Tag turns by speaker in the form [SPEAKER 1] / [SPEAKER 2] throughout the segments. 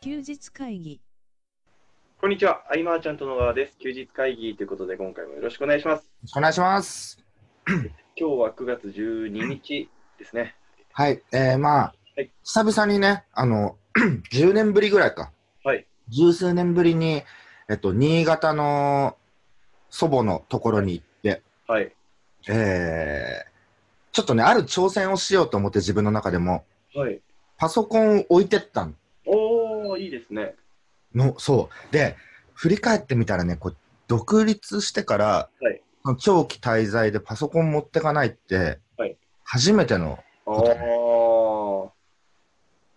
[SPEAKER 1] 休日会議
[SPEAKER 2] こんにちは、アイマーちゃんと野川です。休日会議ということで、今回もよろしくお願いします。
[SPEAKER 3] よろしくお願いします。
[SPEAKER 2] 今日は9月12日ですね。
[SPEAKER 3] はい、えー、まあ、
[SPEAKER 2] はい
[SPEAKER 3] 久々にね、あの、10年 ぶりぐらいか。
[SPEAKER 2] はい。
[SPEAKER 3] 十数年ぶりに、えっと、新潟の祖母のところに行って、
[SPEAKER 2] はい。
[SPEAKER 3] えー、ちょっとね、ある挑戦をしようと思って自分の中でも、
[SPEAKER 2] はい。
[SPEAKER 3] パソコンを置いてった
[SPEAKER 2] おー、いいですね。
[SPEAKER 3] の、そう。で、振り返ってみたらね、こう、独立してから、
[SPEAKER 2] はい
[SPEAKER 3] 長期滞在でパソコン持ってかないって、
[SPEAKER 2] はい
[SPEAKER 3] 初めての、
[SPEAKER 2] あー。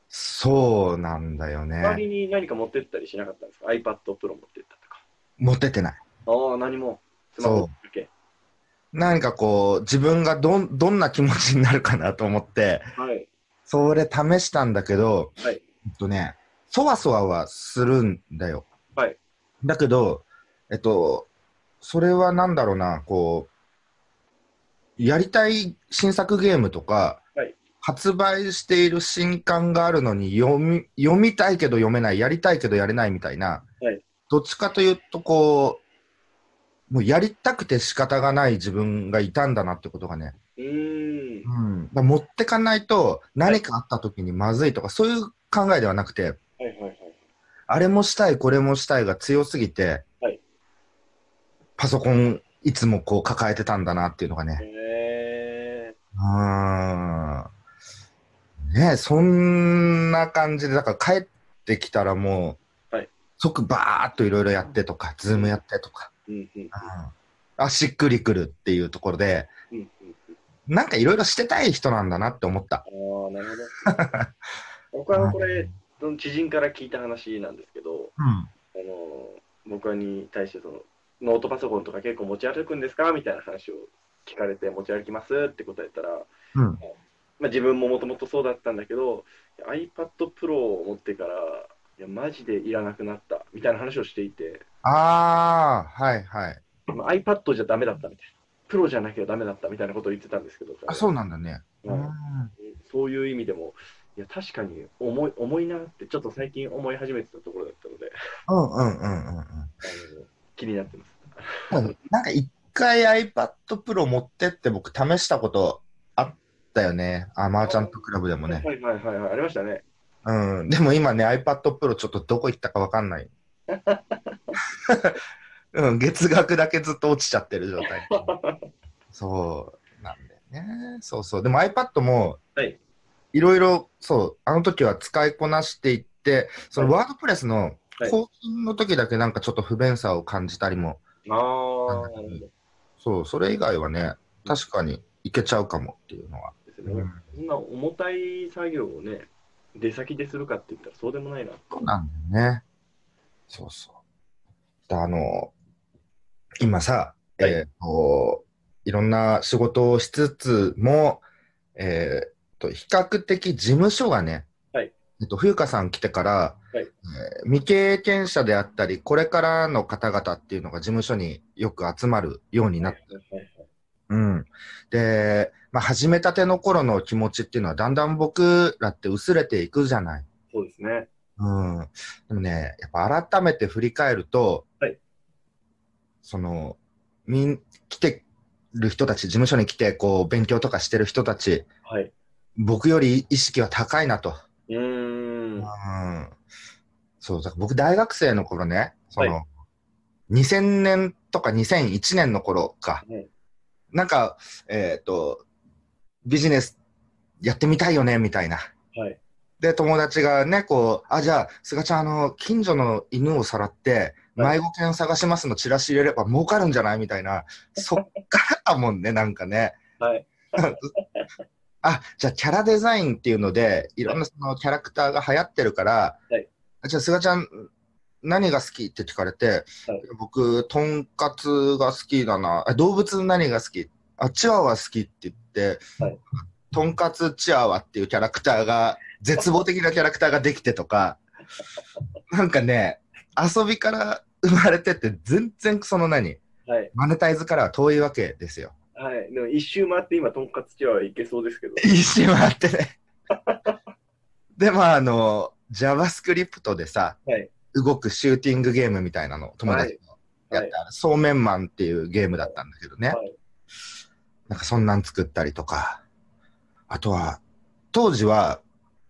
[SPEAKER 3] そうなんだよね。
[SPEAKER 2] 代わりに何か持ってったりしなかったんですか ?iPad Pro 持ってったとか。
[SPEAKER 3] 持ってってない。
[SPEAKER 2] あー、何も。スマホだけ。
[SPEAKER 3] 何かこう、自分がどん、どんな気持ちになるかなと思って、
[SPEAKER 2] はい。
[SPEAKER 3] それ試したんだけど、
[SPEAKER 2] はい
[SPEAKER 3] えっとね、そわそわはするんだよ。
[SPEAKER 2] はい
[SPEAKER 3] だけど、えっと、それはなんだろうな、こう、やりたい新作ゲームとか、
[SPEAKER 2] はい
[SPEAKER 3] 発売している新刊があるのに読み、読みたいけど読めない、やりたいけどやれないみたいな、
[SPEAKER 2] はい
[SPEAKER 3] どっちかというと、こう、もうやりたくて仕方がない自分がいたんだなってことがね、
[SPEAKER 2] うーん。
[SPEAKER 3] うん、だから持ってかないと何かあった時にまずいとか、そういう考えではなくて
[SPEAKER 2] はいはいはい。
[SPEAKER 3] あれもしたいこれもしたいが強すぎて、
[SPEAKER 2] はい
[SPEAKER 3] パソコンいつもこう抱えてたんだなっていうのがね
[SPEAKER 2] え
[SPEAKER 3] うんねそんな感じでだから帰ってきたらもう、
[SPEAKER 2] はい
[SPEAKER 3] 即バーっといろいろやってとかズームやってとか、
[SPEAKER 2] ー。うんうん。
[SPEAKER 3] うんあしっくりくるっていうところで
[SPEAKER 2] うんうん
[SPEAKER 3] なんかいろいろしてたい人なんだなって思った。
[SPEAKER 2] あー、なるほ ど。僕はこれ、その知人から聞いた話なんですけど、
[SPEAKER 3] うん
[SPEAKER 2] あの僕に対してそのノートパソコンとか結構持ち歩くんですかみたいな話を聞かれて持ち歩きますって答えたら、
[SPEAKER 3] うん
[SPEAKER 2] まあ、自分ももともとそうだったんだけど iPad Pro を持ってからいやマジでいらなくなったみたいな話をしていて、
[SPEAKER 3] ああ、はいはい。
[SPEAKER 2] まあ、iPad じゃダメだったみたいなプロじゃなきゃダメだったみたいなことを言ってたんですけど
[SPEAKER 3] あ、そうなんだね。う
[SPEAKER 2] はい
[SPEAKER 3] ん
[SPEAKER 2] そういう意味でもいや確かに重い重いなってちょっと最近思い始めてたところだったので
[SPEAKER 3] うんうんうんうんうん
[SPEAKER 2] あの気になってます。
[SPEAKER 3] なんか一回 iPad Pro 持ってって僕試したことあったよね。あ、マーチャントクラブでもね。
[SPEAKER 2] はいはいはいはいありましたね。
[SPEAKER 3] うん。でも今ね、iPad Pro ちょっとどこ行ったかわかん ない。うん、月額だけずっと落ちちゃってる状 態。そうなんだよね。そうそう。でも iPad も、
[SPEAKER 2] はい。
[SPEAKER 3] いろいろ、そう、あの時は使いこなしていって、そのワードプレスの
[SPEAKER 2] はい
[SPEAKER 3] 更新の時だけなんかちょっと不便さを感じたりも、
[SPEAKER 2] ああ、なるほど。
[SPEAKER 3] そう、それ以外はね、確かにいけちゃうかもっていうのは。
[SPEAKER 2] ですね。そんな重たい作業をね、出先でするかって言ったらそうでもないな。
[SPEAKER 3] そうなんだよね。そうそう。であの、今さ、
[SPEAKER 2] はい
[SPEAKER 3] えっ、と、いろんな仕事をしつつも、えっ、と、比較的事務所がね、
[SPEAKER 2] はい
[SPEAKER 3] えっと、冬香さん来てから、
[SPEAKER 2] はい
[SPEAKER 3] えー未経験者であったり、これからの方々っていうのが事務所によく集まるようになって、うん。で、まあ、始めたての頃の気持ちっていうのは、だんだん僕らって薄れていくじゃない。
[SPEAKER 2] そうですね。
[SPEAKER 3] うん。でもね、やっぱ改めて振り返ると、
[SPEAKER 2] はい
[SPEAKER 3] その、みん、来てる人たち、事務所に来て、こう、勉強とかしてる人たち、
[SPEAKER 2] はい。
[SPEAKER 3] 僕より意識は高いなと。
[SPEAKER 2] うーん。は
[SPEAKER 3] うん。そう、だから僕、大学生の頃ね、その、
[SPEAKER 2] は
[SPEAKER 3] 2000年とか2001年の頃か、
[SPEAKER 2] はい
[SPEAKER 3] なんか、えっ、と、ビジネスやってみたいよね、みたいな。
[SPEAKER 2] い。
[SPEAKER 3] で、友達がね、こう、あ、じゃあ、すがちゃん、あの、近所の犬をさらって、
[SPEAKER 2] はい
[SPEAKER 3] 迷子犬探しますのチラシ入れれば儲かるんじゃないみたいな、そっからだもんね、なんかね。
[SPEAKER 2] はい。
[SPEAKER 3] あ、じゃあ、キャラデザインっていうので、いろんなそのキャラクターが流行ってるから、
[SPEAKER 2] はい
[SPEAKER 3] あじゃあ、すがちゃん、何が好きって聞かれて、
[SPEAKER 2] はい
[SPEAKER 3] 僕、とんかつが好きだな。あ動物何が好きあ、チワワ好きって言って、
[SPEAKER 2] はい
[SPEAKER 3] とんかつチワワっていうキャラクターが、絶望的なキャラクターができてとか、 なんかね、遊びから生まれてって、全然その何、
[SPEAKER 2] はい。
[SPEAKER 3] マネタイズからは遠いわけですよ。
[SPEAKER 2] はい。でも一周回って今、とんかつチワワいけそうですけど。
[SPEAKER 3] 一周回ってね。で、まあ、あの、 JavaScript でさ、
[SPEAKER 2] はい
[SPEAKER 3] 動くシューティングゲームみたいなの、友達とやった、そうめんマンっていうゲームだったんだけどね。
[SPEAKER 2] はい
[SPEAKER 3] なんかそんなん作ったりとか。あとは、当時は、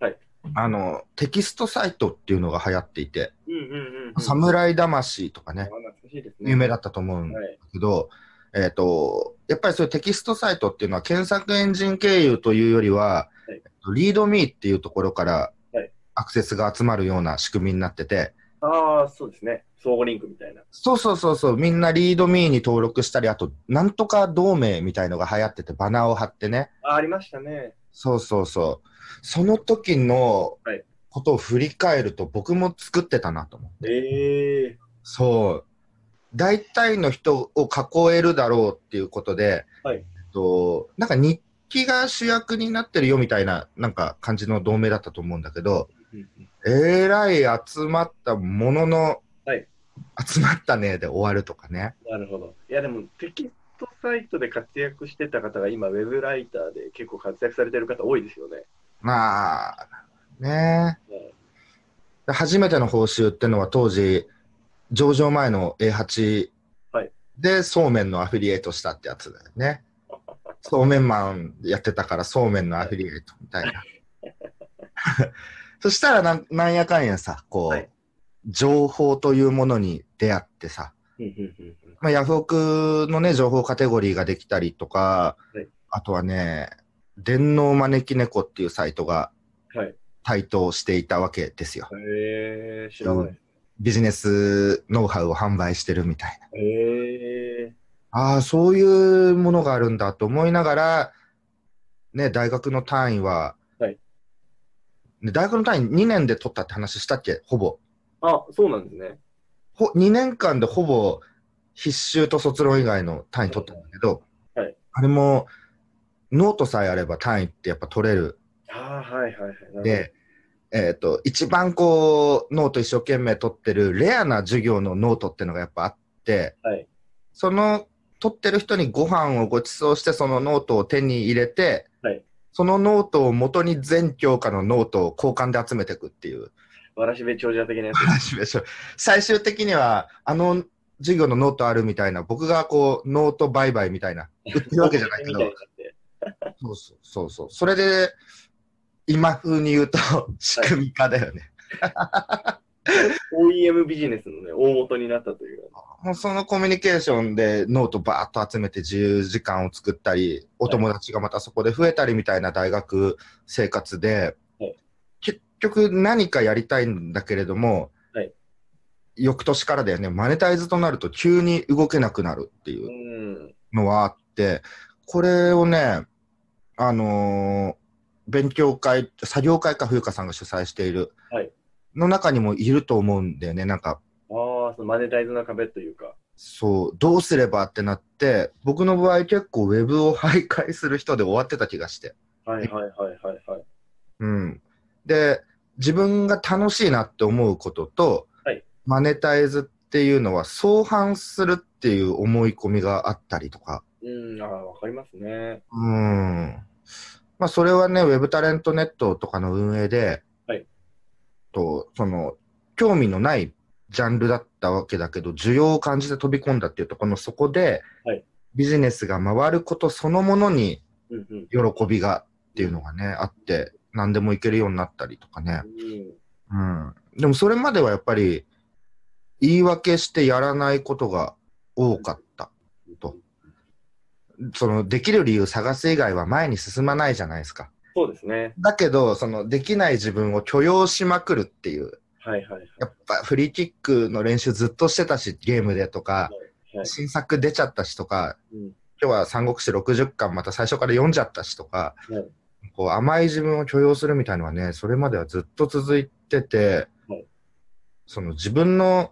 [SPEAKER 2] はい
[SPEAKER 3] あの、テキストサイトっていうのが流行っていて、
[SPEAKER 2] うんうんうん。
[SPEAKER 3] 侍魂とかね、
[SPEAKER 2] あ懐かしいですね。
[SPEAKER 3] 有名だったと思うんだ
[SPEAKER 2] はい。
[SPEAKER 3] けど、えっ、と、やっぱりそういうテキストサイトっていうのは検索エンジン経由というよりは、
[SPEAKER 2] い
[SPEAKER 3] えっとリードミーっていうところから
[SPEAKER 2] はい
[SPEAKER 3] アクセスが集まるような仕組みになってて、
[SPEAKER 2] ああ、そうですね。相互リンクみたいな。
[SPEAKER 3] そうそうそうそう、みんなリードミーに登録したり、あと、なんとか同盟みたいのが流行ってて、バナーを貼ってね、
[SPEAKER 2] あーありましたね。
[SPEAKER 3] そうそうそう。その時の
[SPEAKER 2] はい
[SPEAKER 3] ことを振り返ると僕も作ってたなと思う。
[SPEAKER 2] ええ
[SPEAKER 3] そう。大体の人を囲えるだろうっていうことで、
[SPEAKER 2] はい
[SPEAKER 3] えっと、なんか日記が主役になってるよみたいな、なんか感じの同盟だったと思うんだけど、えらい集まったものの、
[SPEAKER 2] はい
[SPEAKER 3] 集まったねで終わるとかね。
[SPEAKER 2] なるほど。いや、でも、テキストサイトで活躍してた方が、今、ウェブライターで結構活躍されてる方多いですよね。
[SPEAKER 3] まあ、ね
[SPEAKER 2] はい
[SPEAKER 3] で初めての報酬ってのは当時、上場前の A8
[SPEAKER 2] はい
[SPEAKER 3] でそうめんのアフィリエイトしたってやつだよ ね。そうめんマンやってたからそうめんのアフィリエイトみたいな。 そしたらなんなんやかんやさ、こう、
[SPEAKER 2] はい
[SPEAKER 3] 情報というものに出会ってさ、
[SPEAKER 2] うんうんうんうん
[SPEAKER 3] まあ、ヤフオクのね、情報カテゴリーができたりとか、
[SPEAKER 2] はい
[SPEAKER 3] あとはね、電脳招き猫っていうサイトが
[SPEAKER 2] はい。
[SPEAKER 3] 台頭していたわけですよ。
[SPEAKER 2] ええ知らない。
[SPEAKER 3] ビジネスノウハウを販売してるみたいな。
[SPEAKER 2] ええ
[SPEAKER 3] ああ、そういうものがあるんだと思いながら、ね、大学の単位は、
[SPEAKER 2] はい
[SPEAKER 3] ね、大学の単位2年で取ったって話したっけほぼ。
[SPEAKER 2] あ、そうなんですね。
[SPEAKER 3] ほ2年間でほぼ必修と卒論以外の単位取ったんだけど、
[SPEAKER 2] はい
[SPEAKER 3] あれもノートさえあれば単位ってやっぱ取れる
[SPEAKER 2] ああ、はいはいはい。なるほど、
[SPEAKER 3] で、えっ、と、一番こう、ノート一生懸命取ってるレアな授業のノートってのがやっぱあって、
[SPEAKER 2] はい
[SPEAKER 3] その取ってる人にご飯をご馳走して、そのノートを手に入れて、
[SPEAKER 2] はい
[SPEAKER 3] そのノートを元に全教科のノートを交換で集めていくっ ていう
[SPEAKER 2] わらしべ長者的なやつ。
[SPEAKER 3] 話でしょ。最終的には、あの授業のノートあるみたいな、僕がこう、ノート売買みた いな、売ってるわけじゃないけ
[SPEAKER 2] み
[SPEAKER 3] ど
[SPEAKER 2] たい、になって
[SPEAKER 3] そうそうそうそう。それで、今風に言うと、仕組み化だよね。
[SPEAKER 2] OEM ビジネスのね、大元になったという。
[SPEAKER 3] もうそのコミュニケーションでノートバーっと集めて自由時間を作ったり、お友達がまたそこで増えたりみたいな大学生活で、
[SPEAKER 2] はい
[SPEAKER 3] 結局何かやりたいんだけれども、
[SPEAKER 2] はい。
[SPEAKER 3] 翌年からだよね、マネタイズとなると急に動けなくなるっていううんのはあって、これをね、あのー勉強会、作業会か冬香さんが主催している、
[SPEAKER 2] はい
[SPEAKER 3] の中にもいると思うんだよね、なんか
[SPEAKER 2] ああ、そのマネタイズの壁というか。
[SPEAKER 3] そう、どうすればってなって、僕の場合結構ウェブを徘徊する人で終わってた気がして。
[SPEAKER 2] はいはいはいはいはい。
[SPEAKER 3] うん。で、自分が楽しいなって思うことと、
[SPEAKER 2] はい
[SPEAKER 3] マネタイズっていうのは相反するっていう思い込みがあったりとか。
[SPEAKER 2] うん、ああ、わかりますね。
[SPEAKER 3] うん。まあ、それはね、ウェブタレントネットとかの運営で、
[SPEAKER 2] はい
[SPEAKER 3] と、その、興味のないジャンルだったわけだけど、需要を感じて飛び込んだっていうと、このそこで、
[SPEAKER 2] はい
[SPEAKER 3] ビジネスが回ることそのものに
[SPEAKER 2] うんうん。
[SPEAKER 3] 喜びがっていうのがね、あって、何でもいけるようになったりとかね。
[SPEAKER 2] うん
[SPEAKER 3] うん。でも、それまではやっぱり、言い訳してやらないことが多かった。とその、できる理由探す以外は前に進まないじゃないですか。
[SPEAKER 2] そうですね。
[SPEAKER 3] だけど、そのできない自分を許容しまくるっていう、
[SPEAKER 2] はいはいはい。
[SPEAKER 3] やっぱフリーキックの練習ずっとしてたし、ゲームでとか、
[SPEAKER 2] はい
[SPEAKER 3] 新作出ちゃったしとか、
[SPEAKER 2] うん
[SPEAKER 3] 今日は三国志60巻また最初から読んじゃったしとか、
[SPEAKER 2] はい
[SPEAKER 3] こう甘い自分を許容するみたいのはね、それまではずっと続いてて、
[SPEAKER 2] はい
[SPEAKER 3] その自分の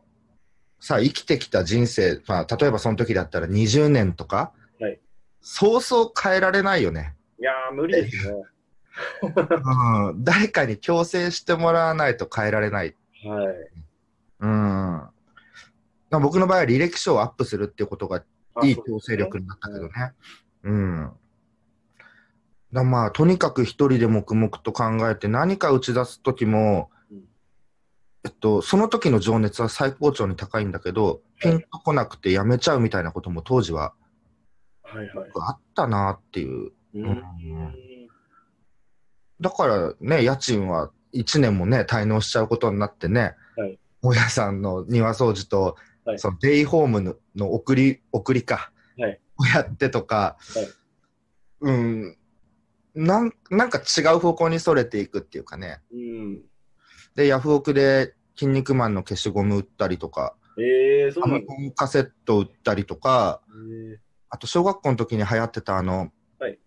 [SPEAKER 3] さ、生きてきた人生、まあ、例えばその時だったら20年とか、
[SPEAKER 2] はい
[SPEAKER 3] そうそう変えられないよね。
[SPEAKER 2] いやー、無理ですね。
[SPEAKER 3] うん誰かに強制してもらわないと変えられない。
[SPEAKER 2] はい。
[SPEAKER 3] うん、まあ僕の場合は履歴書をアップするっていうことが
[SPEAKER 2] あ
[SPEAKER 3] いい強制力になったけどね。うん。だまあ、とにかく一人で黙々と考えて何か打ち出すときも
[SPEAKER 2] うん、
[SPEAKER 3] えっと、その時の情熱は最高潮に高いんだけど、ピンとこなくてやめちゃうみたいなことも当時は
[SPEAKER 2] はいはい。
[SPEAKER 3] あったなっていう。
[SPEAKER 2] うん
[SPEAKER 3] だからね、家賃は1年もね、滞納しちゃうことになってね、
[SPEAKER 2] はい
[SPEAKER 3] 大家さんの庭掃除と、
[SPEAKER 2] はい
[SPEAKER 3] そのデイホームのの送り、送りか、
[SPEAKER 2] はい
[SPEAKER 3] をやってとか、
[SPEAKER 2] はい
[SPEAKER 3] うんなん、なんか違う方向にそれていくっていうかね。
[SPEAKER 2] うん。
[SPEAKER 3] で、ヤフオクで、筋肉マンの消しゴム売ったりとか、
[SPEAKER 2] ええそ
[SPEAKER 3] フ
[SPEAKER 2] う
[SPEAKER 3] ァ
[SPEAKER 2] なん
[SPEAKER 3] ミ
[SPEAKER 2] だ。
[SPEAKER 3] コンカセット売ったりとか、
[SPEAKER 2] え
[SPEAKER 3] あと小学校の時に流行ってたあの、
[SPEAKER 2] はい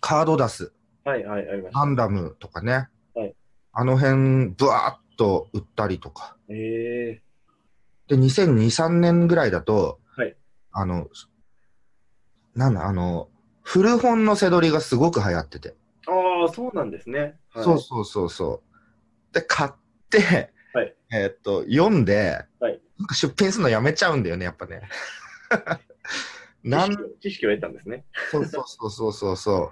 [SPEAKER 3] カードダス、
[SPEAKER 2] ーはいはい、ありました。
[SPEAKER 3] ガンダムとかね、
[SPEAKER 2] はい
[SPEAKER 3] あの辺、ぶわーっと売ったりとか、
[SPEAKER 2] え
[SPEAKER 3] で、2002、3年ぐらいだと、
[SPEAKER 2] はい
[SPEAKER 3] あの、なんだ、あの、古本の背取りがすごく流行ってて、
[SPEAKER 2] ー、ああ、そうなんですね。はい、
[SPEAKER 3] そうそうそうそう。で、買って、
[SPEAKER 2] はい
[SPEAKER 3] えーっと、読んで、
[SPEAKER 2] はい
[SPEAKER 3] なんか出品するのやめちゃうんだよね、やっぱ ね。なん
[SPEAKER 2] 知識を知識を得たんですね。
[SPEAKER 3] そうそうそうそうそうそ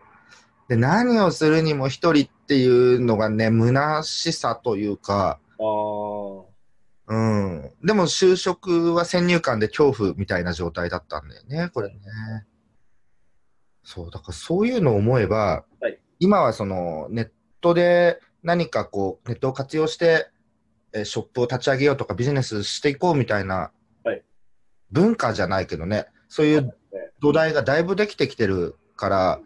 [SPEAKER 3] う。で、何をするにも一人っていうのがね、虚しさというか、
[SPEAKER 2] ああ。
[SPEAKER 3] うん。でも就職は先入観で恐怖みたいな状態だったんだよね、これね。そう、だからそういうのを思えば、
[SPEAKER 2] はい
[SPEAKER 3] 今はそのネットで何かこう、ネットを活用して、えーショップを立ち上げようとかビジネスしていこうみたいな、
[SPEAKER 2] はい
[SPEAKER 3] 文化じゃないけどね、そういう土台がだいぶできてきてるから、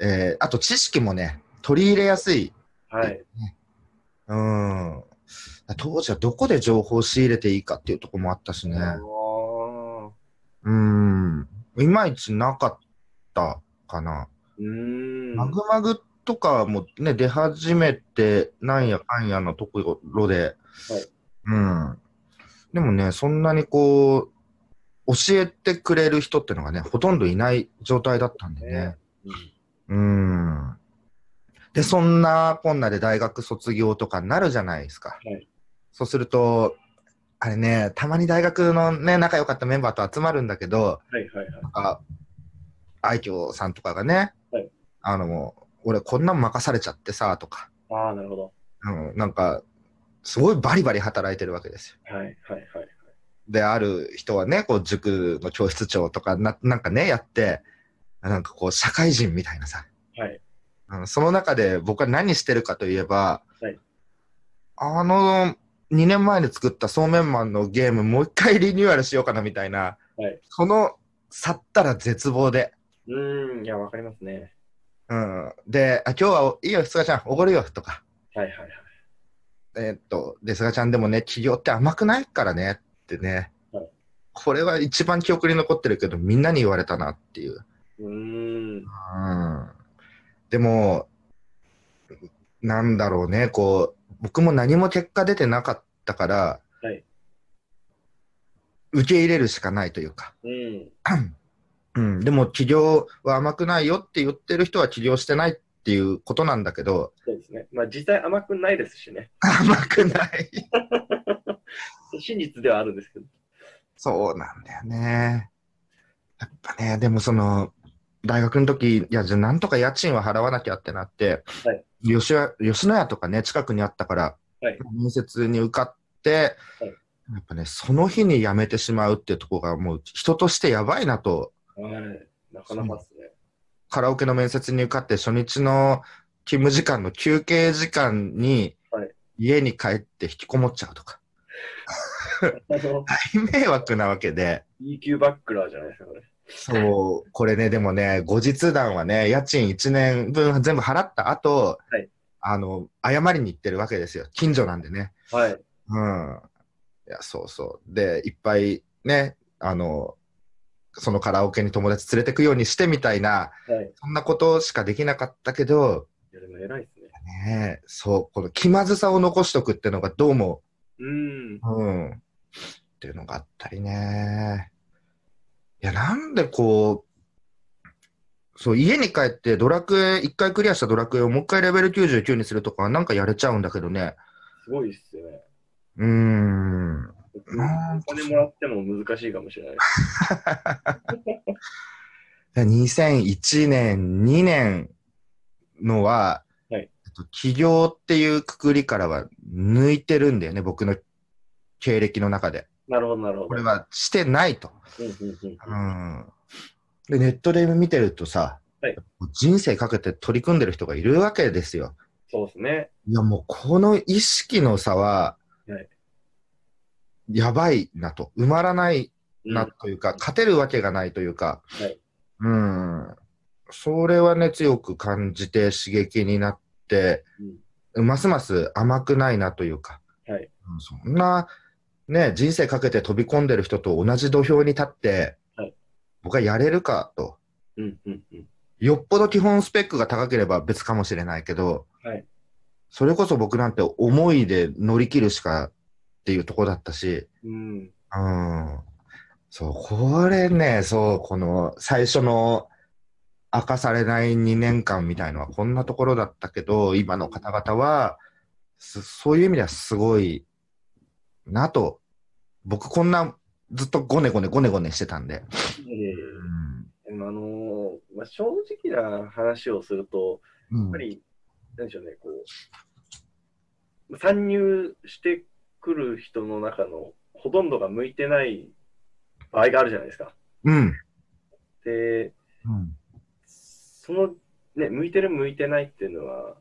[SPEAKER 3] えーあと知識もね、取り入れやすい
[SPEAKER 2] はい。
[SPEAKER 3] うん。当時はどこで情報を仕入れていいかっていうところもあったしね。
[SPEAKER 2] ああ。
[SPEAKER 3] うん。いまいちなかったかな。
[SPEAKER 2] うーん。
[SPEAKER 3] マグマグとかもね、出始めて、なんやかんやのところで。うん。でもね、そんなにこう、教えてくれる人ってのがね、ほとんどいない状態だったんでね。
[SPEAKER 2] うん
[SPEAKER 3] うん。で、そんなこんなで大学卒業とかになるじゃないですか。
[SPEAKER 2] はい
[SPEAKER 3] そうすると、あれね、たまに大学のね、仲良かったメンバーと集まるんだけど、
[SPEAKER 2] はいはいはい。
[SPEAKER 3] なんか、愛嬌さんとかがね、
[SPEAKER 2] はい
[SPEAKER 3] あの、俺こんなん任されちゃってさ、とか、
[SPEAKER 2] ああ、なるほど。
[SPEAKER 3] うん、なんか、すごいバリバリ働いてるわけですよ。
[SPEAKER 2] はいはいはい。
[SPEAKER 3] で、ある人はね、こう、塾の教室長とかな、なんかね、やって、なんかこう、社会人みたいなさ、
[SPEAKER 2] はい。
[SPEAKER 3] うんその中で僕は何してるかといえば、
[SPEAKER 2] はい
[SPEAKER 3] あの2年前に作ったそうめんマンのゲームもう一回リニューアルしようかなみたいな、
[SPEAKER 2] はい
[SPEAKER 3] その去ったら絶望で、
[SPEAKER 2] うーん、いや、わかりますね。
[SPEAKER 3] うん、であ今日はいいよすがちゃんおごるよとか、
[SPEAKER 2] はいはいはい。
[SPEAKER 3] えーっとですがちゃんでもね企業って甘くないからねってね、
[SPEAKER 2] はい
[SPEAKER 3] これは一番記憶に残ってるけどみんなに言われたなっていう。
[SPEAKER 2] うーん。
[SPEAKER 3] うんでも、なんだろうね、こう、僕も何も結果出てなかったから、
[SPEAKER 2] はい
[SPEAKER 3] 受け入れるしかないというか、
[SPEAKER 2] うん。
[SPEAKER 3] うん、でも起業は甘くないよって言ってる人は起業してないっていうことなんだけど、
[SPEAKER 2] そうですね。まあ、実際甘くないですしね。
[SPEAKER 3] 甘くない。
[SPEAKER 2] 真実ではあるんですけど。
[SPEAKER 3] そうなんだよね。やっぱね、でもその、大学の時、いや、じゃあなんとか家賃は払わなきゃってなって、
[SPEAKER 2] はい
[SPEAKER 3] 吉野吉野家とかね、近くにあったから、
[SPEAKER 2] はい
[SPEAKER 3] 面接に受かって、
[SPEAKER 2] はい
[SPEAKER 3] やっぱね、その日に辞めてしまうってとこがもう人としてやばいなと、
[SPEAKER 2] はい。なかなかですね。
[SPEAKER 3] カラオケの面接に受かって初日の勤務時間の休憩時間に
[SPEAKER 2] はい
[SPEAKER 3] 家に帰って引きこもっちゃうとか、
[SPEAKER 2] あの、
[SPEAKER 3] 大迷惑なわけで、
[SPEAKER 2] EQ バックラーじゃないですか、これ。
[SPEAKER 3] そう、これね、でもね、後日談はね、家賃1年分全部払った後、
[SPEAKER 2] はい
[SPEAKER 3] あの、謝りに行ってるわけですよ。近所なんでね。
[SPEAKER 2] はい。
[SPEAKER 3] うん。いや、そうそう。で、いっぱいね、あの、そのカラオケに友達連れてくようにしてみたいな、
[SPEAKER 2] はい。
[SPEAKER 3] そんなことしかできなかったけど、
[SPEAKER 2] いや、でも偉いですね。
[SPEAKER 3] ねえ、そう、この気まずさを残しとくってのがどうも、
[SPEAKER 2] うーん。
[SPEAKER 3] うん。っていうのがあったりね。いや、なんでこう、そう、家に帰ってドラクエ、一回クリアしたドラクエをもう一回レベル99にするとか、なんかやれちゃうんだけどね。
[SPEAKER 2] すごいっすよね。
[SPEAKER 3] うーん。ん
[SPEAKER 2] お金もらっても難しいかもしれない。
[SPEAKER 3] 2001年、2年のは、
[SPEAKER 2] はい
[SPEAKER 3] えっ起業っていうくくりからは抜いてるんだよね、僕の経歴の中で。
[SPEAKER 2] なるほど、なるほど。
[SPEAKER 3] これはしてないと。
[SPEAKER 2] うんうんうん
[SPEAKER 3] うん。で、ネットで見てるとさ、
[SPEAKER 2] はい
[SPEAKER 3] 人生かけて取り組んでる人がいるわけですよ。
[SPEAKER 2] そうですね。
[SPEAKER 3] いや、もうこの意識の差は、
[SPEAKER 2] はい
[SPEAKER 3] やばいなと。埋まらない
[SPEAKER 2] うん
[SPEAKER 3] なというか、勝てるわけがないというか、
[SPEAKER 2] はい
[SPEAKER 3] うん、それはね、強く感じて刺激になって、ますます甘くないなというか、
[SPEAKER 2] はい
[SPEAKER 3] うんそんな、ね、人生かけて飛び込んでる人と同じ土俵に立って、
[SPEAKER 2] はい
[SPEAKER 3] 僕はやれるかと。
[SPEAKER 2] うんうんうん。
[SPEAKER 3] よっぽど基本スペックが高ければ別かもしれないけど、
[SPEAKER 2] はい
[SPEAKER 3] それこそ僕なんて思いで乗り切るしかっていうとこだったし、
[SPEAKER 2] うん。
[SPEAKER 3] うんそう、これね、そう、この最初の明かされない2年間みたいのはこんなところだったけど、今の方々は、そそういう意味ではすごいなと、僕こんなずっとごねごねごねごねしてたんで。
[SPEAKER 2] でもあのーまあ、正直な話をすると、
[SPEAKER 3] うん
[SPEAKER 2] やっぱり、なんでしょうね、こう、参入してくる人の中のほとんどが向いてない場合があるじゃないですか。
[SPEAKER 3] うん。
[SPEAKER 2] で、
[SPEAKER 3] うん。
[SPEAKER 2] その、ね、向いてる向いてないっていうのは、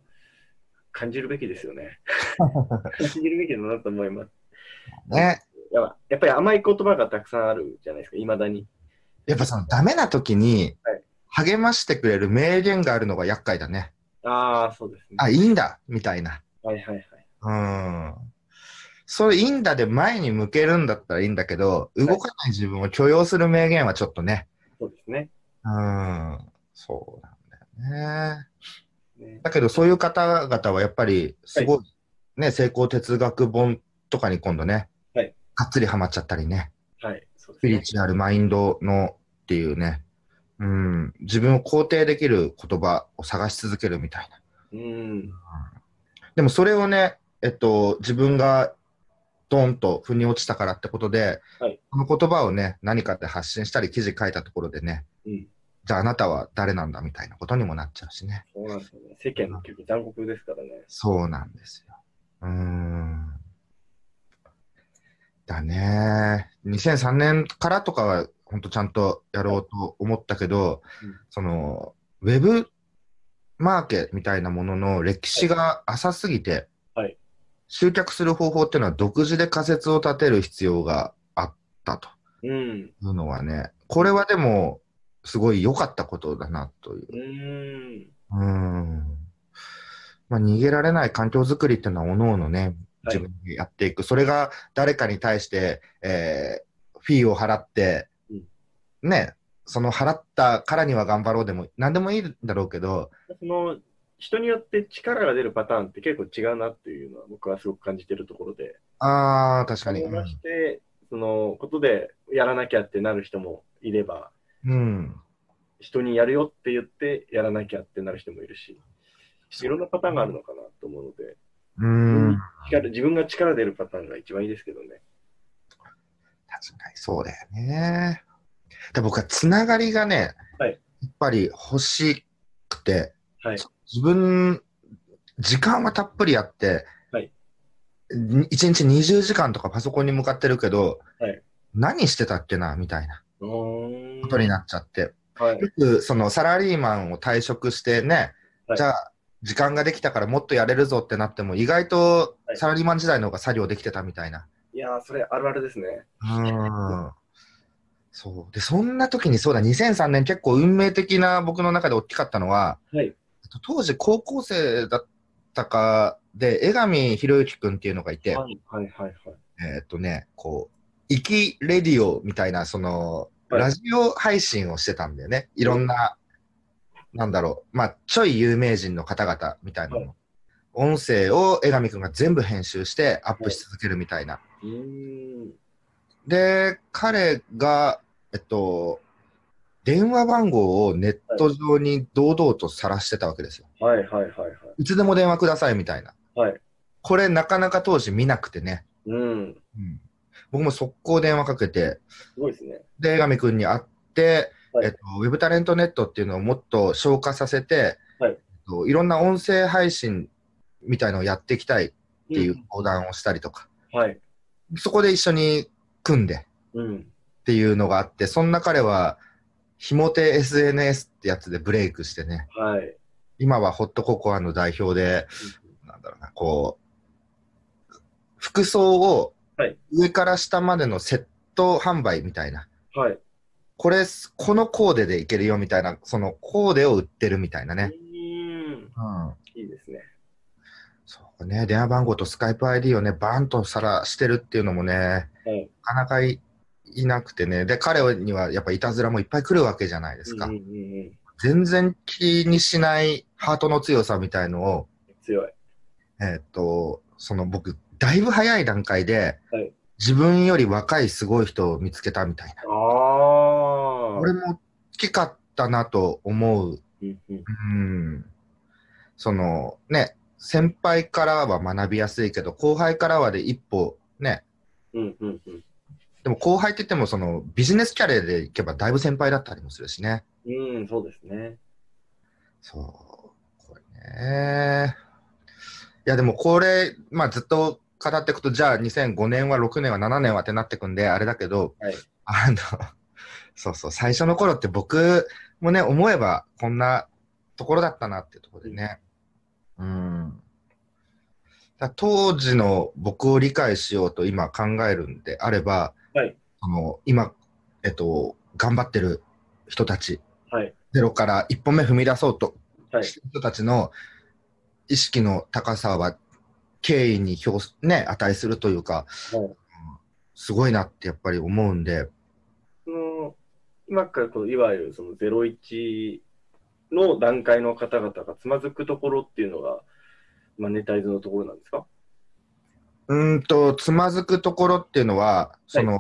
[SPEAKER 2] 感じるべきですよ ね。感じるべきだなと思います。
[SPEAKER 3] ね。
[SPEAKER 2] やっぱやっぱり甘い言葉がたくさんあるじゃないですか、いまだに。
[SPEAKER 3] やっぱそのダメな時に
[SPEAKER 2] は、
[SPEAKER 3] 励ましてくれる名言があるのが厄介だね。
[SPEAKER 2] ああ、そうですね。
[SPEAKER 3] あ、いいんだみたいな。
[SPEAKER 2] はいはいはい。
[SPEAKER 3] うんそれいいんだで前に向けるんだったらいいんだけど、動かない自分を許容する名言はちょっとね。
[SPEAKER 2] そうですね。
[SPEAKER 3] うん。そうなんだよね。
[SPEAKER 2] ね
[SPEAKER 3] だけどそういう方々はやっぱりすごい、ね、成功哲学本とかに今度ね、
[SPEAKER 2] はい
[SPEAKER 3] がっつりハマっちゃったりね、
[SPEAKER 2] はい、そう
[SPEAKER 3] スピ
[SPEAKER 2] で
[SPEAKER 3] リ
[SPEAKER 2] すね。
[SPEAKER 3] チュアルマインドのっていうね、うん、自分を肯定できる言葉を探し続けるみたいな。
[SPEAKER 2] うん。
[SPEAKER 3] でもそれをね、えっと、自分がドンと腑に落ちたからってことで、
[SPEAKER 2] はい
[SPEAKER 3] この言葉をね、何かで発信したり、記事書いたところでね、
[SPEAKER 2] うん。
[SPEAKER 3] じゃああなたは誰なんだみたいなことにもなっちゃうしね。
[SPEAKER 2] そうなんですよね。世間結構残酷ですからね。
[SPEAKER 3] そうなんですよ。うーん。だね。2003年からとかは、ほんとちゃんとやろうと思ったけど、
[SPEAKER 2] うん
[SPEAKER 3] その、ウェブマーケみたいなものの歴史が浅すぎて、
[SPEAKER 2] はい
[SPEAKER 3] 集客する方法っていうのは独自で仮説を立てる必要があったと
[SPEAKER 2] うん。
[SPEAKER 3] いうのはね、これはでも、すごい良かったことだなという
[SPEAKER 2] うーん。
[SPEAKER 3] うーんまあ、逃げられない環境づくりっていうのは、おのおのね、
[SPEAKER 2] はい
[SPEAKER 3] 自分でやっていく、それが誰かに対して、えーフィーを払って、
[SPEAKER 2] うん
[SPEAKER 3] ね、その払ったからには頑張ろうでも、なんでもいいんだろうけど、
[SPEAKER 2] その、人によって力が出るパターンって結構違うなっていうのは僕はすごく感じてるところで。
[SPEAKER 3] ああ、確かに。
[SPEAKER 2] そうれま
[SPEAKER 3] ん
[SPEAKER 2] して、そのことでやらなきゃってなる人もいれば、
[SPEAKER 3] うん、
[SPEAKER 2] 人にやるよって言ってやらなきゃってなる人もいるし、いろんなパターンがあるのかなと思うので、
[SPEAKER 3] うーん、
[SPEAKER 2] 力自分が力出るパターンが一番いいですけどね。
[SPEAKER 3] 確かにそうだよね。で僕はつながりがね、
[SPEAKER 2] はい
[SPEAKER 3] やっぱり欲しくて、
[SPEAKER 2] はい。
[SPEAKER 3] 自分、時間はたっぷりあって、
[SPEAKER 2] はい
[SPEAKER 3] に一1日20時間とかパソコンに向かってるけど、
[SPEAKER 2] はい
[SPEAKER 3] 何してたっけなみたいな
[SPEAKER 2] うーん
[SPEAKER 3] ことになっちゃって、
[SPEAKER 2] はい。
[SPEAKER 3] よくそのサラリーマンを退職してね、
[SPEAKER 2] はい
[SPEAKER 3] じゃあ、時間ができたからもっとやれるぞってなっても、意外と
[SPEAKER 2] はい
[SPEAKER 3] サラリーマン時代の方が作業できてたみたいな。
[SPEAKER 2] いやー、それあるあるですね。
[SPEAKER 3] うんそうでそんな時にそうだ2003年結構運命的な僕の中で大きかったのは、
[SPEAKER 2] はい
[SPEAKER 3] えっと当時高校生だったかで江上博之君っていうのがいて、
[SPEAKER 2] はいはいはいはい。
[SPEAKER 3] えーっとねこう「生きレディオ」みたいなその、
[SPEAKER 2] はい
[SPEAKER 3] ラジオ配信をしてたんだよねいろんな、なんだろうまあちょい有名人の方々みたいなの、
[SPEAKER 2] はい
[SPEAKER 3] 音声を江上君が全部編集してアップし続けるみたいな。
[SPEAKER 2] うーん。
[SPEAKER 3] で、彼が、えっと、電話番号をネット上に堂々と晒してたわけですよ。
[SPEAKER 2] はいはいはいはい。
[SPEAKER 3] いつでも電話くださいみたいな。
[SPEAKER 2] はい。
[SPEAKER 3] これなかなか当時見なくてね。
[SPEAKER 2] うん。
[SPEAKER 3] 僕も速攻電話かけて、
[SPEAKER 2] すごいですね。
[SPEAKER 3] で、江上くんに会って、
[SPEAKER 2] はい
[SPEAKER 3] えっと、ウェブタレントネットっていうのをもっと消化させて、
[SPEAKER 2] はい
[SPEAKER 3] えっと、いろんな音声配信みたいのをやっていきたいっていう相談をしたりとか、
[SPEAKER 2] はい。
[SPEAKER 3] そこで一緒に組んで
[SPEAKER 2] うん。
[SPEAKER 3] っていうのがあって、そんな彼は、ひもて SNS ってやつでブレイクしてね、
[SPEAKER 2] はい。
[SPEAKER 3] 今はホットココアの代表で、なんだろうな、こう、服装を
[SPEAKER 2] はい
[SPEAKER 3] 上から下までのセット販売みたいな、
[SPEAKER 2] はい。
[SPEAKER 3] これ、このコーデでいけるよみたいな、そのコーデを売ってるみたいな
[SPEAKER 2] う
[SPEAKER 3] ね。
[SPEAKER 2] ーん。
[SPEAKER 3] うん。
[SPEAKER 2] いいですね。
[SPEAKER 3] そうね、電話番号とスカイプ ID をね、バーンとさらしてるっていうのもね、
[SPEAKER 2] はい
[SPEAKER 3] なかなかいいなくてね、で、彼にはやっぱいたずらもいっぱい来るわけじゃないですか。
[SPEAKER 2] うんうんうん
[SPEAKER 3] 全然気にしないハートの強さみたいのを、
[SPEAKER 2] 強い。
[SPEAKER 3] えーっと、その僕、だいぶ早い段階で、
[SPEAKER 2] はい
[SPEAKER 3] 自分より若いすごい人を見つけたみたいな。
[SPEAKER 2] ああ。
[SPEAKER 3] 俺も大きかったなと思う。
[SPEAKER 2] うんうん
[SPEAKER 3] うん。そのね、先輩からは学びやすいけど、後輩からはで一歩ね、
[SPEAKER 2] うんうんうん。
[SPEAKER 3] でも後輩って言ってもそのビジネスキャリアでいけばだいぶ先輩だったりもするしね。
[SPEAKER 2] うん、そうですね。
[SPEAKER 3] そう、これね。いや、でもこれ、まあずっと語っていくと、じゃあ2005年は6年は7年はってなってくんで、あれだけど、
[SPEAKER 2] はい
[SPEAKER 3] あの、 そうそう、最初の頃って僕もね、思えばこんなところだったなってところでね。うん。だ当時の僕を理解しようと今考えるんであれば、
[SPEAKER 2] はい
[SPEAKER 3] その今、えっと、頑張ってる人たち、
[SPEAKER 2] はい。
[SPEAKER 3] ゼロから一歩目踏み出そうと
[SPEAKER 2] はい。
[SPEAKER 3] してる人たちの意識の高さは敬意に表す、ね、値するというか、
[SPEAKER 2] はい
[SPEAKER 3] うんすごいなってやっぱり思うんで、
[SPEAKER 2] その今からこのいわゆるその01の段階の方々がつまずくところっていうのが、まあ、ネタイズのところなんですか
[SPEAKER 3] うーんとつまずくところっていうのはその、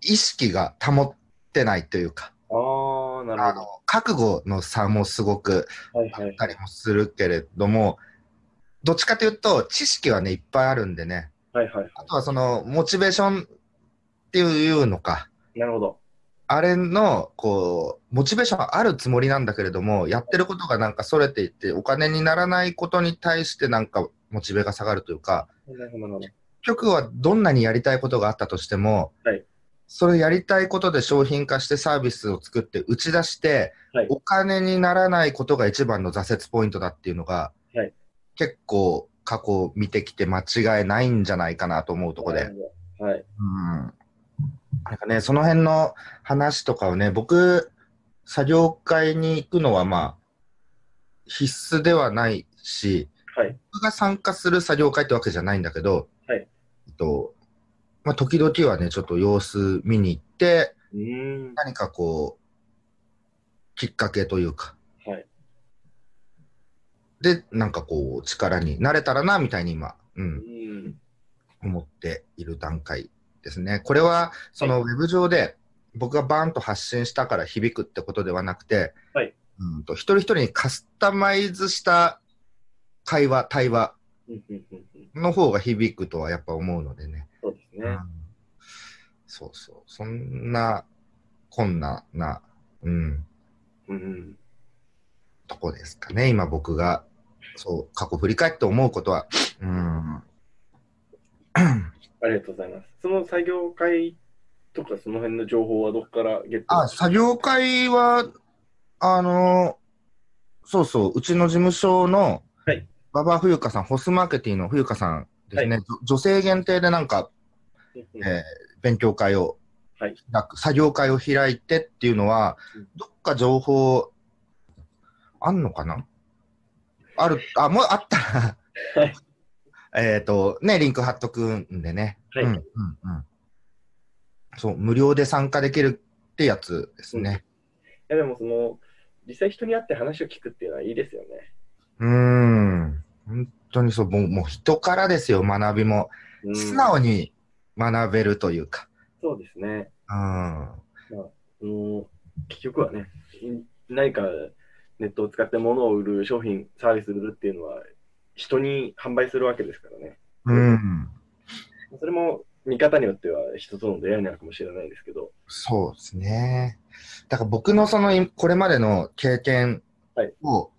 [SPEAKER 3] 意識が保ってないというか
[SPEAKER 2] ああ、な
[SPEAKER 3] あ
[SPEAKER 2] るほ
[SPEAKER 3] の覚悟の差もすごく
[SPEAKER 2] ど。はい
[SPEAKER 3] あ
[SPEAKER 2] は
[SPEAKER 3] っ
[SPEAKER 2] い。
[SPEAKER 3] たりもするけれども、どっちかというと知識はねいっぱいあるんでね
[SPEAKER 2] はいはいは
[SPEAKER 3] あとはそのモチベーションっていうのか
[SPEAKER 2] い。なるほど。
[SPEAKER 3] あれの、こう、モチベーションはあるつもりなんだけれども、やってることがなんかそれていって、お金にならないことに対してなんかモチベが下がるというか、
[SPEAKER 2] なるほど、なるほど。
[SPEAKER 3] 結局はどんなにやりたいことがあったとしても、
[SPEAKER 2] はい
[SPEAKER 3] それをやりたいことで商品化してサービスを作って打ち出して、
[SPEAKER 2] はい
[SPEAKER 3] お金にならないことが一番の挫折ポイントだっていうのが、
[SPEAKER 2] はい
[SPEAKER 3] 結構過去を見てきて間違いないんじゃないかなと思うところで。
[SPEAKER 2] はい。
[SPEAKER 3] うんなんかね、その辺の話とかをね、僕、作業会に行くのはまあ、必須ではないし、
[SPEAKER 2] はい。
[SPEAKER 3] 僕が参加する作業会ってわけじゃないんだけど、
[SPEAKER 2] はい
[SPEAKER 3] えっと、まあ、時々はね、ちょっと様子見に行って、
[SPEAKER 2] うーん。
[SPEAKER 3] 何かこう、きっかけというか、
[SPEAKER 2] はい。
[SPEAKER 3] で、なんかこう、力になれたらな、みたいに今、う、
[SPEAKER 2] うんん。
[SPEAKER 3] 思っている段階ですね。これはそのウェブ上で僕がバーンと発信したから響くってことではなくて、
[SPEAKER 2] はい
[SPEAKER 3] うんと一人一人にカスタマイズした会話、対話
[SPEAKER 2] うんうんうんうん
[SPEAKER 3] の方が響くとはやっぱ思うのでね。
[SPEAKER 2] そうです
[SPEAKER 3] う
[SPEAKER 2] ね
[SPEAKER 3] ん。そうそう。そんな困難な、うん、
[SPEAKER 2] うん。
[SPEAKER 3] とこですかね。今僕が、そう、過去振り返って思うことは、うん、
[SPEAKER 2] ありがとうございます。その作業会とかその辺の情報はどこからゲット
[SPEAKER 3] あ、作業会は、あのそうそう、うちの事務所の、
[SPEAKER 2] はい
[SPEAKER 3] 馬場冬香さん、ホスマーケティの冬香さんですね、女女性限定でなんか、
[SPEAKER 2] う
[SPEAKER 3] え
[SPEAKER 2] んうん
[SPEAKER 3] ー勉強会を
[SPEAKER 2] はい
[SPEAKER 3] 開く、作業会を開いてっていうのは
[SPEAKER 2] うん、
[SPEAKER 3] どっか情報、あんのかなある、あ、もうあったら、
[SPEAKER 2] はい
[SPEAKER 3] えっと、ね、リンク貼っとくんでね。
[SPEAKER 2] はい
[SPEAKER 3] うんうんうん。そう、無料で参加できるってやつですね。
[SPEAKER 2] いやでもその、実際人に会って話を聞くっていうのはいいですよね。
[SPEAKER 3] うーん。本当にそう、もうもう人からですよ、学びも。
[SPEAKER 2] うん
[SPEAKER 3] 素直に学べるというか。
[SPEAKER 2] そうですね。
[SPEAKER 3] うん。
[SPEAKER 2] もう結局はね、ん何かネットを使って物を売る、商品、サービス売るっていうのは、人に販売するわけですからね。
[SPEAKER 3] うん。
[SPEAKER 2] それも見方によっては人との出会いになるかもしれないですけど、
[SPEAKER 3] そうですね。だから僕のそのいこれまでの経験
[SPEAKER 2] はい
[SPEAKER 3] を、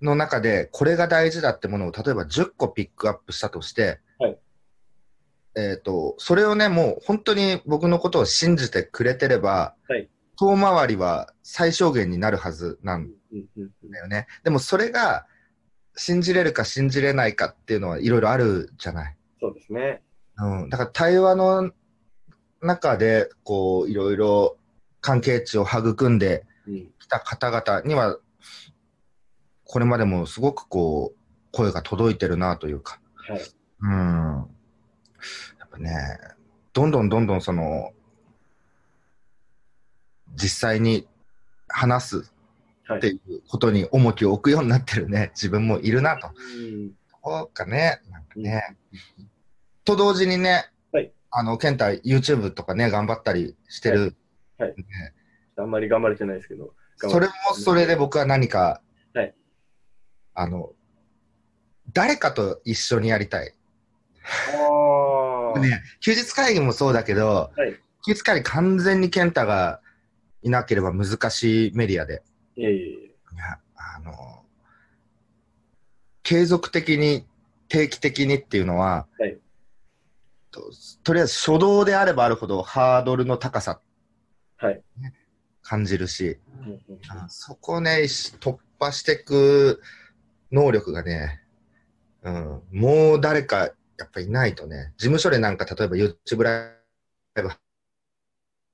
[SPEAKER 3] の中で、これが大事だってものを、例えば10個ピックアップしたとして、
[SPEAKER 2] はい
[SPEAKER 3] えっ、と、それをね、もう本当に僕のことを信じてくれてれば、
[SPEAKER 2] はい
[SPEAKER 3] 遠回りは最小限になるはずなん
[SPEAKER 2] うんうんうん
[SPEAKER 3] だよね。でもそれが、信じれるか信じれないかっていうのはいろいろあるじゃない。
[SPEAKER 2] そうですね。
[SPEAKER 3] うん、だから対話の中でこういろいろ関係値を育んで
[SPEAKER 2] うん、
[SPEAKER 3] きた方々にはこれまでもすごくこう声が届いてるなというか、
[SPEAKER 2] はい。
[SPEAKER 3] うん、やっぱねどんどんどんどんその実際に話す
[SPEAKER 2] はい
[SPEAKER 3] っていうことに重きを置くようになってるね自分もいるなと。
[SPEAKER 2] うん
[SPEAKER 3] そうかね。なんかね。と同時にね、
[SPEAKER 2] はい
[SPEAKER 3] あの、健太、YouTube とかね、頑張ったりしてる。
[SPEAKER 2] あんまり頑張れてないですけど。頑張
[SPEAKER 3] そ
[SPEAKER 2] る
[SPEAKER 3] れもそれで僕は何か、
[SPEAKER 2] はい
[SPEAKER 3] あの、誰かと一緒にやりたい。
[SPEAKER 2] ああ、
[SPEAKER 3] ね、休日会議もそうだけど、
[SPEAKER 2] はい
[SPEAKER 3] 休日会議完全に健太がいなければ難しいメディアで。
[SPEAKER 2] いやいやい
[SPEAKER 3] いや、あの、継続的に、定期的にっていうのは、
[SPEAKER 2] はい
[SPEAKER 3] と、とりあえず初動であればあるほどハードルの高さ
[SPEAKER 2] やはい。
[SPEAKER 3] 感じるし、
[SPEAKER 2] うんうん
[SPEAKER 3] そこをね、し突破していく能力がね、うん、もう誰かやっぱいないとね、事務所でなんか例えば YouTube ライブ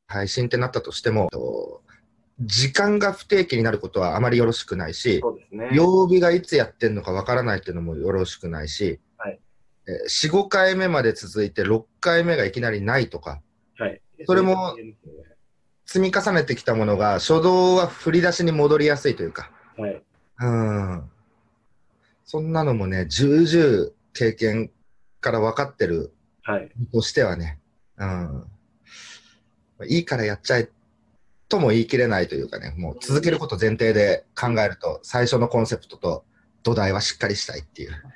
[SPEAKER 3] 配信ってなったとしても、と時間が不定期になることはあまりよろしくないし、
[SPEAKER 2] そうですね。
[SPEAKER 3] 曜日がいつやってんのかわからないっていうのもよろしくないし、
[SPEAKER 2] はい
[SPEAKER 3] えー4、5回目まで続いて6回目がいきなりないとか、
[SPEAKER 2] はい。
[SPEAKER 3] それも
[SPEAKER 2] そういう感じです
[SPEAKER 3] 積み重ねてきたものが初動は振り出しに戻りやすいというか、
[SPEAKER 2] よねはい。
[SPEAKER 3] うん。そんなのもね、重々経験から分かってる
[SPEAKER 2] はい。
[SPEAKER 3] 身としてはね、うん。いいからやっちゃえとも言い切れないというかね、もう続けること前提で考えると、最初のコンセプトと土台はしっかりしたいっていう。
[SPEAKER 2] そ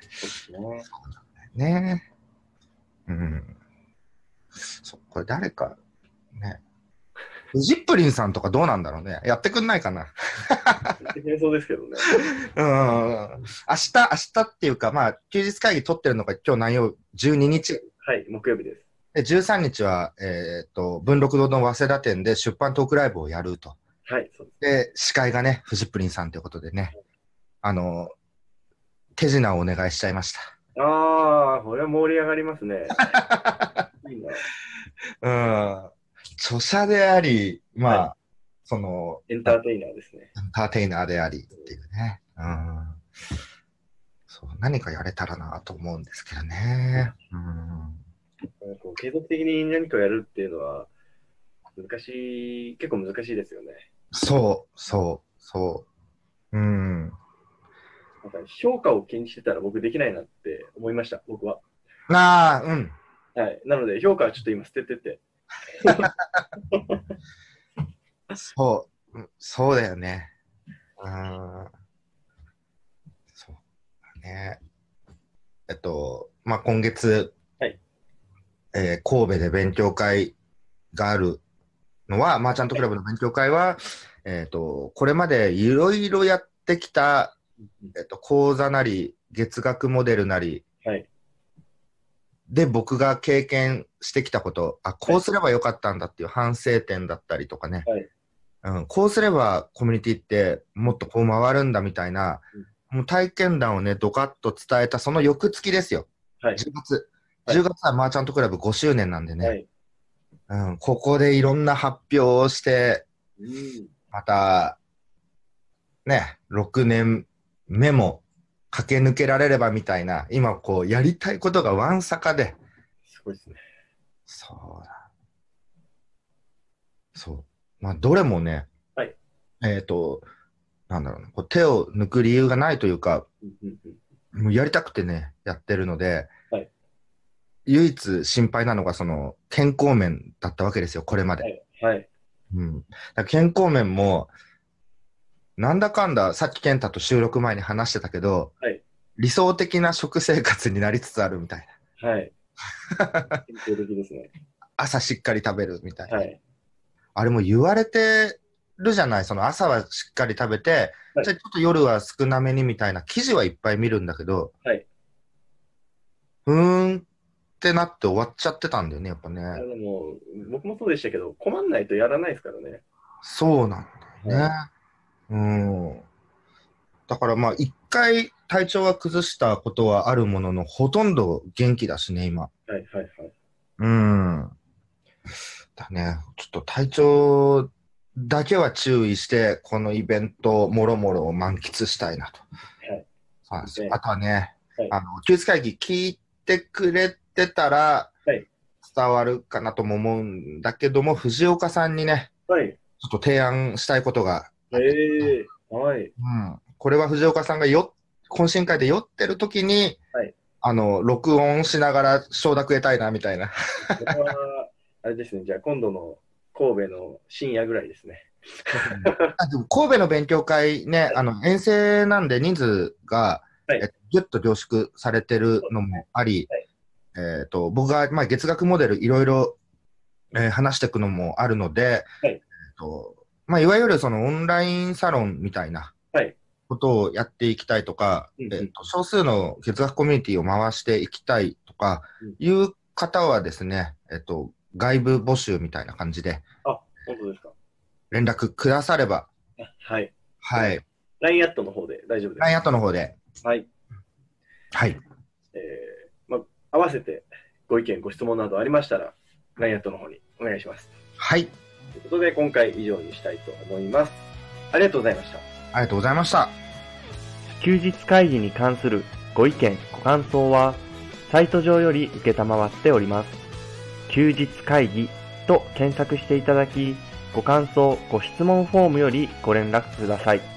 [SPEAKER 2] うですね。
[SPEAKER 3] ね。うん。そこれ誰か、ね。ジップリンさんとかどうなんだろうね。やってくんないかな。
[SPEAKER 2] やってくれそうですけどね。
[SPEAKER 3] うん。明日、明日っていうか、まあ、休日会議取ってるのが今日何曜日 ?12 日。
[SPEAKER 2] はい、木曜日です。
[SPEAKER 3] で、13日は、えーっと、文禄堂の早稲田店で出版トークライブをやると。
[SPEAKER 2] はい、そうで
[SPEAKER 3] で、司会がね、フジップリンさんということでね、あの、手品をお願いしちゃいました。
[SPEAKER 2] す。ああ、これは盛り上がりますね。いいな。
[SPEAKER 3] うん著者であり、まあ、
[SPEAKER 2] は
[SPEAKER 3] その、
[SPEAKER 2] エンターテイナーですね。
[SPEAKER 3] エンターテイナーでありっていうね。うん。そう、何かやれたらなと思うんですけどね。うん。
[SPEAKER 2] こう継続的に何かをやるっていうのは、難しい、結構難しいですよね。
[SPEAKER 3] そう、そう、そう。うん。
[SPEAKER 2] なんか評価を気にしてたら僕できないなって思いました、僕は。
[SPEAKER 3] なあ、うん。
[SPEAKER 2] はい。なので、評価はちょっと今捨ててて。
[SPEAKER 3] そう、うんそうだよね。うん。そうだね。えっと、まあ、今月、
[SPEAKER 2] はい
[SPEAKER 3] えー神戸で勉強会があるのは、マーチャントクラブの勉強会は、えっと、これまでいろいろやってきた、えっと、講座なり、月額モデルなり、
[SPEAKER 2] はい
[SPEAKER 3] で、僕が経験してきたこと、あ、こうすればよかったんだっていう反省点だったりとかね、
[SPEAKER 2] はい
[SPEAKER 3] うん、こうすればコミュニティってもっとこう回るんだみたいな、もう体験談をね、ドカッと伝えたその翌月ですよ。
[SPEAKER 2] はい。
[SPEAKER 3] 10月。
[SPEAKER 2] はい
[SPEAKER 3] 10月はマーチャントクラブ5周年なんでね、
[SPEAKER 2] はい。
[SPEAKER 3] うん、ここでいろんな発表をして、
[SPEAKER 2] うん。
[SPEAKER 3] また、ね、6年目も駆け抜けられればみたいな、今こう、やりたいことがわんさかで、
[SPEAKER 2] すごいですね。
[SPEAKER 3] そうだ。そう。まあ、どれもね、
[SPEAKER 2] はい
[SPEAKER 3] えっ、と、なんだろうな、こう手を抜く理由がないというか、
[SPEAKER 2] うんうんうん
[SPEAKER 3] もうやりたくてね、やってるので、
[SPEAKER 2] はい
[SPEAKER 3] 唯一心配なのが、その、健康面だったわけですよ、これまで。
[SPEAKER 2] はい。はい。
[SPEAKER 3] うん。だから健康面も、なんだかんだ、さっき健太と収録前に話してたけど、
[SPEAKER 2] はい
[SPEAKER 3] 理想的な食生活になりつつあるみたいな。
[SPEAKER 2] はい。健康的ですね。
[SPEAKER 3] 朝しっかり食べるみたいな。
[SPEAKER 2] はい。
[SPEAKER 3] あれも言われてるじゃない、その朝はしっかり食べて、
[SPEAKER 2] はい
[SPEAKER 3] じゃあちょっと夜は少なめにみたいな記事はいっぱい見るんだけど、
[SPEAKER 2] はい、
[SPEAKER 3] うーんってなって終わっちゃってたんだよね、やっぱね。
[SPEAKER 2] あでも僕もそうでしたけど、困んないとやらないですからね。
[SPEAKER 3] そうなんだよね。うん。だからまあ、一回体調は崩したことはあるものの、ほとんど元気だしね、今。
[SPEAKER 2] はいはいはい。
[SPEAKER 3] うん。だね。ちょっと体調だけは注意して、このイベント、もろもろを満喫したいなと。
[SPEAKER 2] はい
[SPEAKER 3] そうなんですよ
[SPEAKER 2] ね
[SPEAKER 3] あとはね、
[SPEAKER 2] はい
[SPEAKER 3] あの、休日会議聞いてくれてたら、
[SPEAKER 2] はい
[SPEAKER 3] 伝わるかなとも思うんだけども、藤岡さんにね、
[SPEAKER 2] はい。
[SPEAKER 3] ちょっと提案したいことが、
[SPEAKER 2] ええはい。
[SPEAKER 3] うん、これは藤岡さんがよ懇親会で酔ってる時に、
[SPEAKER 2] はい
[SPEAKER 3] あの録音しながら承諾得たいなみたいな
[SPEAKER 2] これは、あれですね、じゃあ今度の神戸の深夜ぐらいですね。
[SPEAKER 3] あでも神戸の勉強会ね、あの遠征なんで人数が、
[SPEAKER 2] はい
[SPEAKER 3] えっとぎゅっと凝縮されてるのもあり、
[SPEAKER 2] はい
[SPEAKER 3] えっと僕が、まあ、月額モデルいろいろ、えー話していくのもあるので、
[SPEAKER 2] はい
[SPEAKER 3] えっとまあ、いわゆるそのオンラインサロンみたいな
[SPEAKER 2] はい
[SPEAKER 3] ことをやっていきたいとか、
[SPEAKER 2] うんうん
[SPEAKER 3] えっと少数の月額コミュニティを回していきたいとかいう方はですね、えっと外部募集みたいな感じで
[SPEAKER 2] 本当ですか
[SPEAKER 3] 連絡くだされば、
[SPEAKER 2] はい。
[SPEAKER 3] はい、
[SPEAKER 2] LINE アットの方で大丈夫で
[SPEAKER 3] ラインアットの方で。
[SPEAKER 2] す。はい。
[SPEAKER 3] はい。
[SPEAKER 2] えーまあ、合わせてご意見、ご質問などありましたら、LINE アットの方にお願いします。
[SPEAKER 3] はい。
[SPEAKER 2] ということで、今回以上にしたいと思います。ありがとうございました。
[SPEAKER 3] ありがとうございました。
[SPEAKER 1] 休日会議に関するご意見、ご感想は、サイト上より受けたまわっております。休日会議と検索していただき、ご感想、ご質問フォームよりご連絡ください。